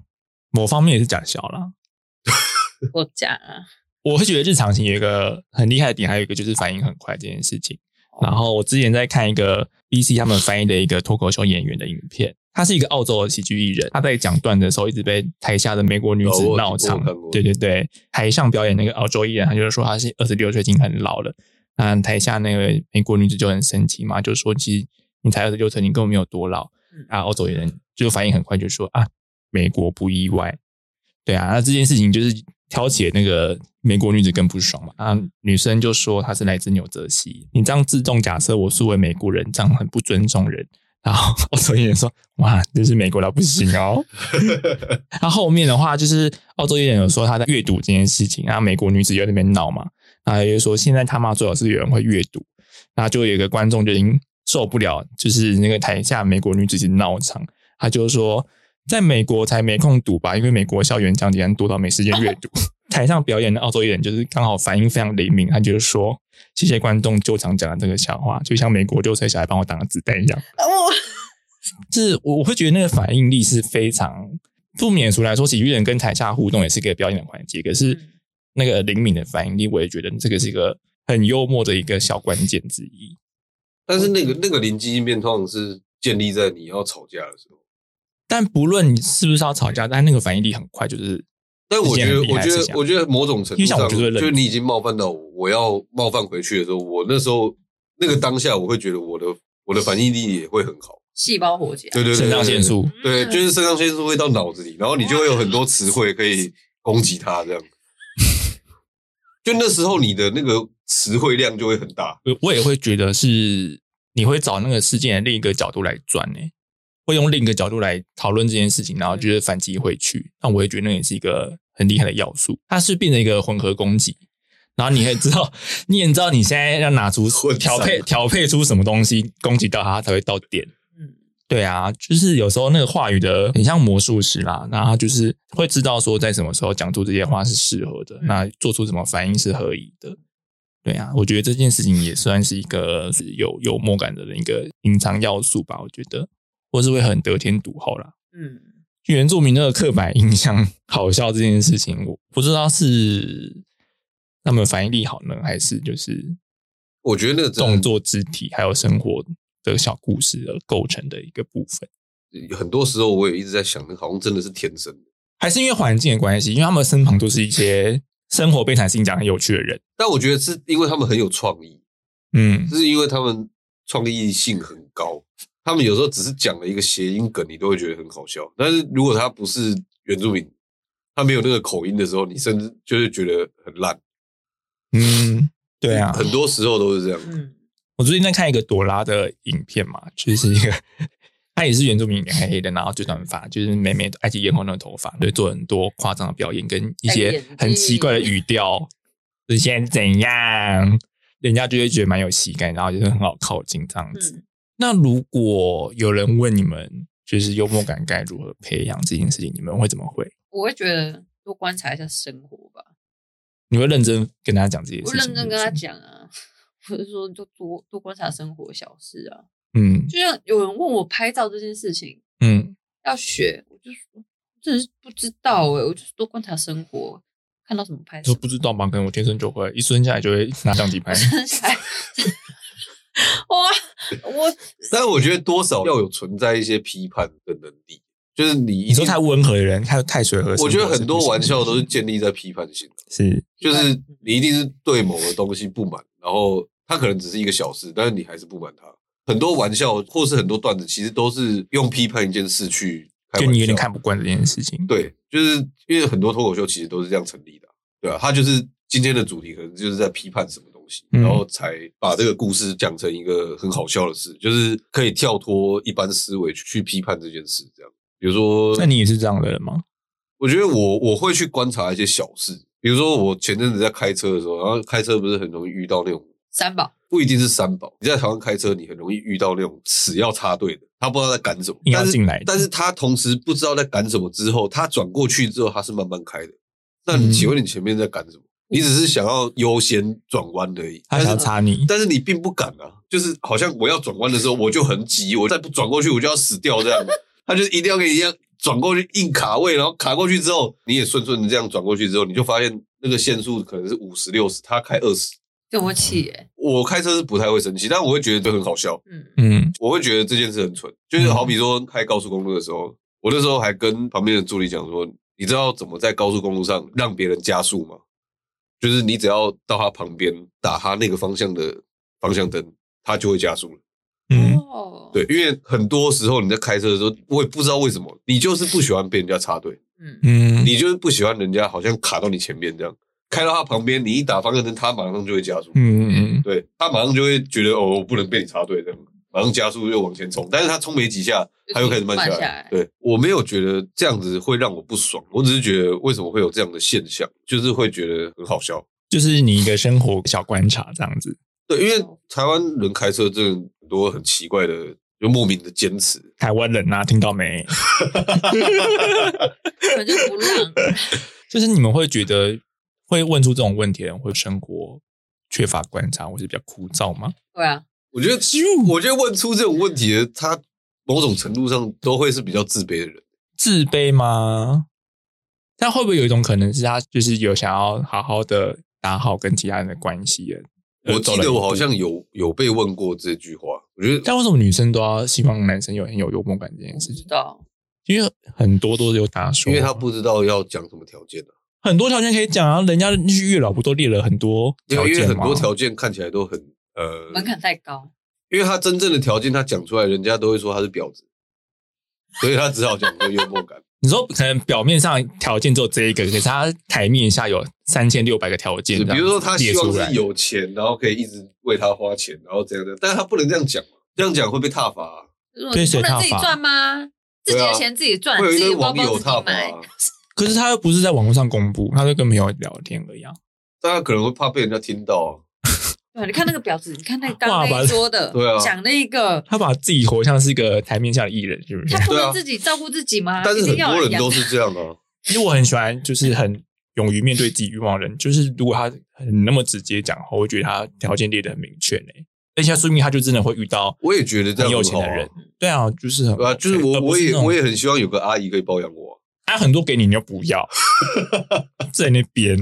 某方面也是假笑啦。我假啊，我会觉得日常型有一个很厉害的点，还有一个就是反应很快这件事情。哦然后我之前在看一个 BC 他们翻译的一个脱口秀演员的影片，他是一个澳洲的喜剧艺人，他在讲段子的时候一直被台下的美国女子哦我有闹我场有看过。对对对，台上表演那个澳洲艺人，他就是说他是二十六岁，已经很老了。那台下那个美国女子就很生气嘛，就说其实你才二十六岁，你根本没有多老嗯。啊，澳洲人就反应很快，就说啊，美国不意外。对啊，那这件事情就是挑起了那个美国女子更不爽嘛。啊，女生就说她是来自纽泽西，你这样自动假设我是为美国人，这样很不尊重人。然后欧洲演员说：“哇，这是美国佬不行哦。”然后后面的话就是澳洲演员有说他在阅读这件事情，然后美国女子又在那边闹嘛，然后就说现在他妈最好是有人会阅读，然后就有一个观众就已经受不了，就是那个台下美国女子已经闹场，他就说在美国才没空读吧，因为美国校园讲解多到没时间阅读。 [LAUGHS] 台上表演的澳洲艺人就是刚好反应非常灵敏，他就是说谢谢观众救场讲的这个笑话，就像美国救生小孩帮我挡了子弹一样。我就是我我会觉得那个反应力是非常不免俗来说，喜剧人跟台下互动也是一个表演的环节，可是嗯那个灵敏的反应力，我也觉得这个是一个很幽默的一个小关键之一。但是那个那个灵机应变通常是建立在你要吵架的时候。但不论你是不是要吵架，但那个反应力很快，就是但我觉得，是一件很厉我害觉的事得情，啊我觉得某种程因度为像上，我就就是会冷是你已经冒犯到我，我要冒犯回去的时候，我那时候那个当下，我会觉得我的我的反应力也会很好。 [LAUGHS] 细胞活起来，对对对，肾上对腺。素。对，对就是肾上腺素会到脑子里，然后你就会有很多词汇可以攻击它，这样。就那时候你的那个词汇量就会很大。我我也会觉得是你会找那个事件的另一个角度来转呢、会用另一个角度来讨论这件事情，然嗯后就是反击回去。那我也觉得那也是一个很厉害的要素，它是变成一个混合攻击。然后你也知 [LAUGHS] 道，你也知道你现在要拿出混战调配调配出什么东西攻击到它，它才会到点。嗯，对啊，就是有时候那个话语的很像魔术师啦，那他就是会知道说在什么时候讲出这些话是适合的，嗯那做出什么反应是合宜的。对啊，我觉得这件事情也算是一个有幽默感的一个隐藏要素吧，我觉得，或是会很得天独厚啦。嗯，原住民那个刻板印象好笑这件事情，我不知道是他们反应力好呢，还是就是我觉得那个真的动作、肢体还有生活的小故事而构成的一个部分。很多时候我也一直在想，那好像真的是天生的。还是因为环境的关系，因为他们身旁都是一些生活被谈性讲很有趣的人，但我觉得是因为他们很有创意，嗯，就是因为他们创意性很高。他们有时候只是讲了一个谐音梗，你都会觉得很好笑。但是如果他不是原住民，他没有那个口音的时候，你甚至就是觉得很烂。嗯，对啊，很多时候都是这样。嗯，我最近在看一个朵拉的影片嘛， [LAUGHS] 就是一个她也是原住民，脸黑黑的，然后就短发，就是美美的埃及艳后那个头发，对，做很多夸张的表演跟一戴些眼镜很奇怪的语调，就是现在怎样，人家就会觉得蛮有喜感，然后就是很好靠近这样子。嗯那如果有人问你们，就是幽默感该如何培养这件事情，你们会怎么回？我会觉得多观察一下生活吧，你会认真跟他讲这些事我情？认真跟他是不是，讲啊，我是说就多多观察生活小事啊，嗯就像有人问我拍照这件事情嗯，要学，我就说真的是不知道哎、我就是多观察生活，看到什么拍什说么。不知道吗？可能我天生就会，一生下来就会拿相机拍 [LAUGHS] 我。生下来，我我但我觉得多少要有存在一些批判的能力，就是你一你定说太温和的人，太太随和，我觉得很多玩笑都是建立在批判性的，是就是你一定是对某个东西不满，然后它可能只是一个小事，但是你还是不满它。很多玩笑或是很多段子，其实都是用批判一件事去开玩就笑你有点看不惯这件事情。，对，就是因为很多脱口秀其实都是这样成立的啊，对啊，它就是今天的主题可能就是在批判什么东西，嗯然后才把这个故事讲成一个很好笑的事，就是可以跳脱一般思维去去批判这件事，这样。比如说，那你也是这样的人吗？我觉得我我会去观察一些小事，比如说我前阵子在开车的时候，然后开车不是很容易遇到那种三宝，不一定是三宝，你在台湾开车，你很容易遇到那种死要插队的，他不知道在赶什么，硬要但是进来但是他同时不知道在赶什么之后，他转过去之后他是慢慢开的，那你嗯请问你前面在赶什么？你只是想要优先转弯而已，他但想要是插你，但是你并不敢啊，就是好像我要转弯的时候我就很急，我再不转过去我就要死掉这样，他就一定要跟你一样转过去硬卡位，然后卡过去之后你也顺顺的这样转过去之后，你就发现那个限速可能是五十六十，他开二十，跟我气耶，我开车是不太会生气，但我会觉得这很好笑，嗯，嗯，我会觉得这件事很蠢。就是好比说开高速公路的时候，我那时候还跟旁边的助理讲说，你知道怎么在高速公路上让别人加速吗？就是你只要到他旁边打他那个方向的方向灯，他就会加速了。嗯，哦，对，，因为很多时候你在开车的时候，我也不知道为什么，你就是不喜欢被人家插队，嗯，嗯，你就是不喜欢人家好像卡到你前面这样。开到他旁边，你一打方向灯，他马上就会加速。嗯嗯嗯，对他马上就会觉得哦，我不能被你插队这样，马上加速又往前冲，但是他冲没几下，他又开始慢下慢下来来。对我没有觉得这样子会让我不爽，我只是觉得为什么会有这样的现象，就是会觉得很好笑。就是你一个生活小观察这样子。对，因为台湾人开车真的很多很奇怪的，就莫名的坚持。台湾人啊，听到没？反正不 [LAUGHS] 让，就是你们会觉得会问出这种问题的人，会生活缺乏观察，或是比较枯燥吗？对啊，我觉得，我觉得问出这种问题的，他某种程度上都会是比较自卑的人。自卑吗？但会不会有一种可能是他就是有想要好好的打好跟其他人的关系的？我记得我好而走了一步，像有有被问过这句话，我觉得但为什么女生都要希望男生有很有幽默感这件事不知情？道，因为很多都是有打说，因为他不知道要讲什么条件啊很多条件可以讲啊，人家去月老不都列了很多因条为因为件很吗？多条件看起来都很呃，门槛太高，因为他真正的条件他讲出来，人家都会说他是婊子，所以他只好讲说幽 [LAUGHS] 默感。你说可能表面上条件只有这一个，可是他台面下有三千六百个条件，比如说他这样子希列望出来是有钱，然后可以一直为他花钱，然后这样的，但是他不能这样讲嘛，这样讲会被踏伐啊、如果对谁不能自己踏伐赚吗？自己对啊的钱自己赚，会有自一己堆的包网包友自踏己伐、买啊，，可是他又不是在网络上公布，他就跟朋友聊天而已、啊。但他可能会怕被人家听到、对啊，你看那个婊子，你看那哇刚那把一桌的， [LAUGHS] 对啊讲那 [LAUGHS] 个，他把自己活像是一个台面下的艺人，是不是他？不对啊能自己照顾自己吗？啊。但是一很定要多人养都是这样啊，其实我很喜欢，就是很勇于面对自己欲望的人。就是如果他很那么直接讲的话，我会觉得他条件列的很明确呢、而且他说明他就真的会遇到我也觉得这很样有很钱好、的啊人。。对啊，就是很 [LAUGHS] 对啊，就是我，而不我是那也种我也很希望有个阿姨可以包养我啊、他很多给你，你又不 [LAUGHS] 要，在那边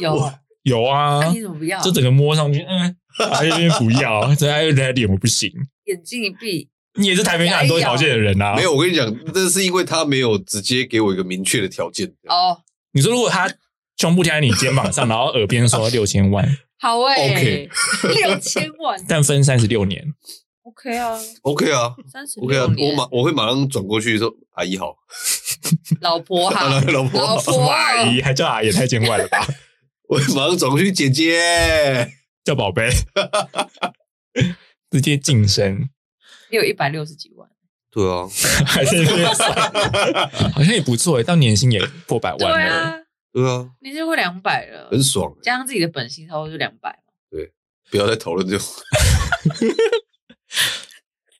有啊，有 [LAUGHS] 啊，哎那你怎么不要？就整个摸上去，嗯，他这边不要，这他又他脸我不行。眼睛一闭，你也是台面下很多条件的人啊。没有，我跟你讲，这是因为他没有直接给我一个明确的条件。哦，你说如果他胸部贴在你肩膀上，然后耳边说六千万，好哎 OK，六千万但分三十六年， ，OK 啊， OK 啊三十，OK 啊六，我年马，我会马上转过去说：“阿姨好，老婆哈， [LAUGHS] 老婆老好。什么婆阿姨还叫阿姨，也太见外了吧？”我会马上转过去，姐姐。叫宝贝，直接晋升，你有一百六十几万，对啊，还是那边算好像也不错诶，欸到年薪也破百对万了。啊，对啊，你就会两百了，很爽、欸 [LAUGHS] 加上自己的本薪，差不多就两百。不要再讨论这种。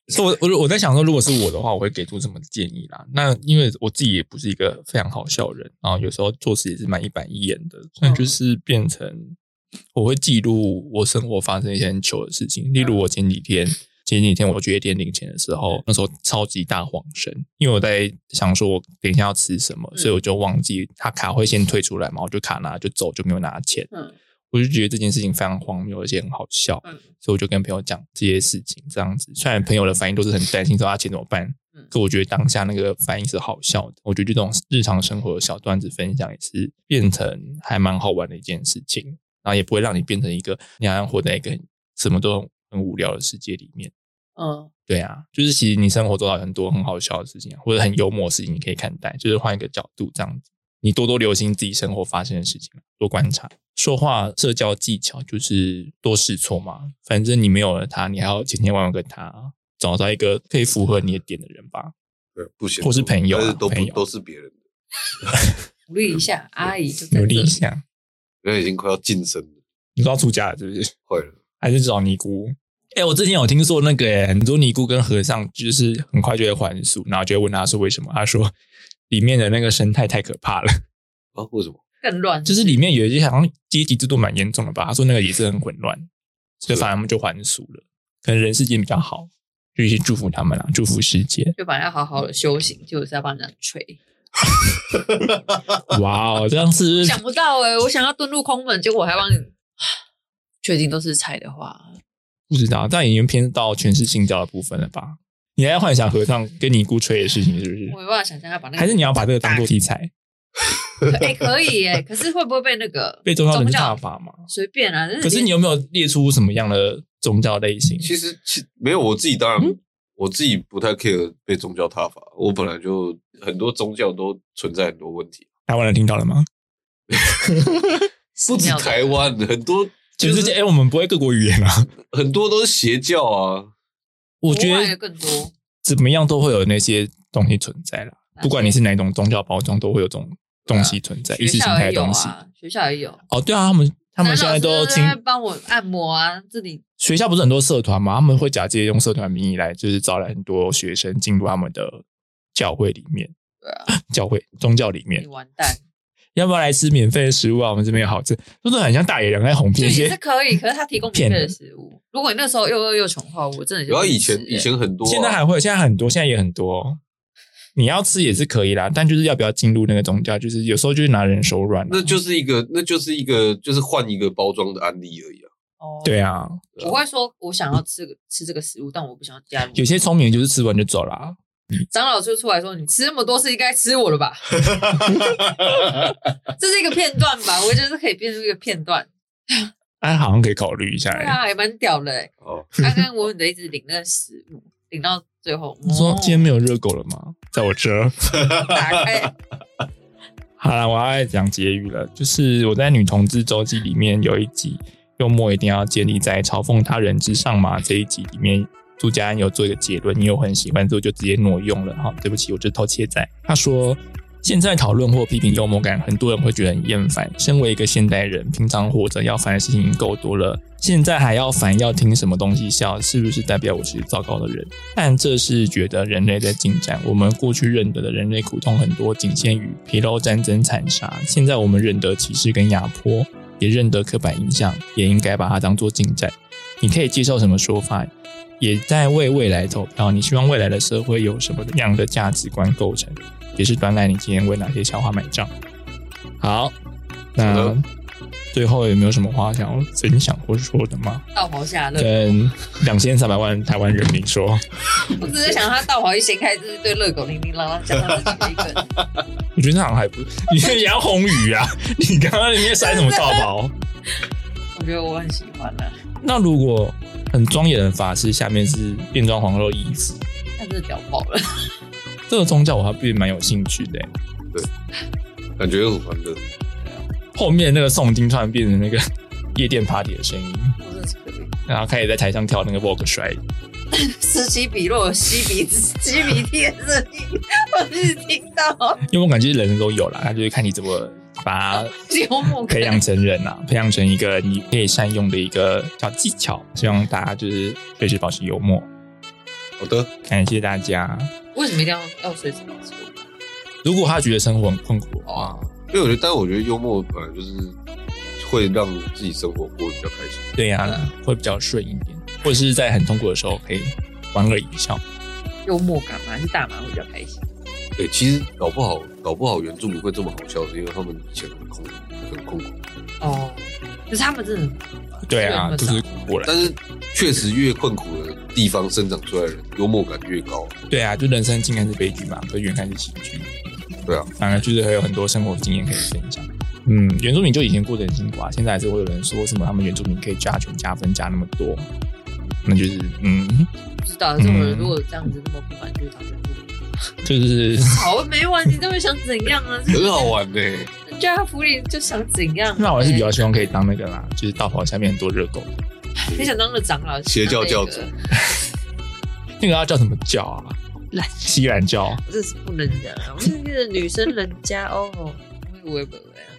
所以我我我在想说，如果是我的话，我会给出什么建议啦？那因为我自己也不是一个非常好笑的人，然后有时候做事也是蛮一板一眼的，所以嗯就是变成我会记录我生活发生一些很糗的事情，例嗯如我前几天。前几天我去夜店领钱的时候，那时候超级大晃神，因为我在想说我等一下要吃什么，嗯所以我就忘记他卡会先退出来嘛，我就卡拿就走，就没有拿钱。嗯，我就觉得这件事情非常荒谬，而且很好笑，嗯所以我就跟朋友讲这些事情，这样子。虽然朋友的反应都是很担心说啊钱怎么办，嗯可我觉得当下那个反应是好笑的。我觉得这种日常生活的小段子分享也是变成还蛮好玩的一件事情，然后也不会让你变成一个你好像活在一个很什么都很很无聊的世界里面。嗯，对啊，就是其实你生活中有很多很好笑的事情，啊或者很幽默的事情，你可以看待，就是换一个角度这样子。你多多留心自己生活发生的事情，多观察。说话社交技巧就是多试错嘛，反正你没有了他，你还要千千万万个他，找到一个可以符合你的点的人吧。对，不行，或是朋友啊但是都朋不友都是别人的，努力一下，阿姨就在努力这一下，人家已经快要晋升了，你都要出家了是不是？坏了。还是找尼姑？哎、我之前有听说那个、欸，很多尼姑跟和尚就是很快就会还俗，然后就会问他说为什么？他说里面的那个生态太可怕了。啊，为什么？更乱，。就是里面有一些好像阶级制度蛮严重的吧，他说那个也是很混乱，所以反而他们就还俗了。可能人世间比较好，就一些祝福他们啦，祝福世界就本来要好好的修行，就是要把人家锤。哇哦，这样是不是想不到哎、我想要遁入空门，结果我还帮你，确定都是菜的话，不知道，但已经偏到全是信教的部分了吧？你还在幻想和尚跟尼姑吹的事情是不是我？没办法想象要把那个还是你要把这个当做题材，哎、可以耶、可是会不会被那个被宗教人士踏伐嘛？随便啊？可是你有没有列出什么样的宗教类型？其实其没有，我自己当然、我自己不太 care 被宗教踏伐，我本来就很多宗教都存在很多问题，台湾人听到了吗？不止台，湾，很多全就世是界，哎、我们不会各国语言啊。很多都是邪教啊，我觉国外的得更多，怎么样都会有那些东西存在啦，不管你是哪一种宗教包装，都会有这种东西存在，啊学意识形校也态的有东西。啊，学校也有。哦，对啊，他们他们现在都男老师清在帮我按摩啊，这里学校不是很多社团嘛，他们会假借用社团名义来，就是招来很多学生进入他们的教会里面，对啊，教会宗教里你面，完蛋，要不要来吃免费的食物啊？我们这边有好吃，真的很像大野狼在哄就骗一也是些。可以，可是他提供免骗费的人食物。如果你那时候又饿又穷的话，我真的就然后不以吃前以欸前很多啊、现在还会，现在很多，现在也很多哦。你要吃也是可以啦，但就是要不要进入那个宗教，就是有时候就是拿人手软、啊。那就是一个那就是一个就是换一个包装的案例而已啊。哦，对啊，我会说我想要吃个吃这个食物，但我不想要加入。有些聪明人就是吃完就走啦。长老就出来说：“你吃那么多是应该吃我了吧？”啊这是一个片段吧？我觉得是可以变成一个片段，哎、好像可以考虑一下、对欸。啊，还蛮屌的、欸。哦，安安稳稳的一直领那个食物，领到最后，你说哦今天没有热狗了吗？在我这儿。打开，好了，我要来讲结语了。就是我在《女同志周记》里面有一集，幽默一定要建立在嘲讽他人之上嘛。这一集里面，朱家安有做一个结论，因为我很喜欢，所以我就直接挪用了哈。对不起，我这偷窃仔。他说，现在讨论或批评幽默感，很多人会觉得很厌烦。身为一个现代人，平常活着要烦的事情已经够多了，现在还要烦要听什么东西笑，是不是代表我是糟糕的人？但这是觉得人类在进展，我们过去认得的人类苦痛很多，仅限于疲劳、战争、惨杀。现在我们认得歧视跟压迫，也认得刻板印象，也应该把它当做进展。你可以接受什么说法，也在为未来投票。你希望未来的社会有什么样的价值观构成，也是端赖你今天为哪些笑话买账。好，好那的最后有没有什么话想要分享或说的吗？道袍下乐。跟两千三百万台湾人民说。我只是想他道袍一掀开，就是对热狗叮叮啷啷讲他自己的一个。我觉得那好像还不，你也要红雨啊！你刚刚里面塞什么道袍？我觉得我很喜欢啦、那如果很庄严的法师下面是变装皇后的衣服，他真的屌爆了。这个宗教我还变蛮有兴趣的欸、感觉很欢乐。后面那个诵经突然变成那个夜店 party 的声音，我真的是可以。然后开始在台上跳那个 v o g u 摔，此起彼落，吸鼻子、吸鼻涕的声音，我只听到。因为我感觉人人都有啦，他就是看你怎么把它幽默感培养成人啊，培养成一个你可以善用的一个小技巧。希望大家就是随时保持幽默，好的，感谢大家。为什么一定要要随时保持幽默？如果他觉得生活很困苦的话，哦，因为我觉得，但我觉得幽默本来就是会让自己生活过得比较开心。对呀、会比较顺一点，或者是在很痛苦的时候可以莞尔一笑。幽默感嘛，还是大麻会比较开心。对，其实搞不好，搞不好原住民会这么好笑，是因为他们以前很空，很空苦。哦，可是他们真的很对啊，是就有那是么过来。但是确实，越困苦的地方生长出来的人，幽默感越高。对啊，就人生近看是悲剧嘛，可是远看是喜剧。对啊，反而就是还有很多生活经验可以分享。嗯，原住民就以前过得很辛苦啊，现在还是会有人说什么他们原住民可以加权加分加那么多，那就是嗯，不知道。可是我嗯如果这样子那么不满，就是他们就是？好没完，你到底想怎样啊？ [LAUGHS] 很好玩呢、人家福利就想怎样啊那我还是比较希望可以当那个啦，就是道袍下面很多热狗，你想当个长老，邪教教主想当那那个要叫什么教啊？懒西兰教。个，这是不能讲啊。我们是女生人家哦，我也不会不会啊。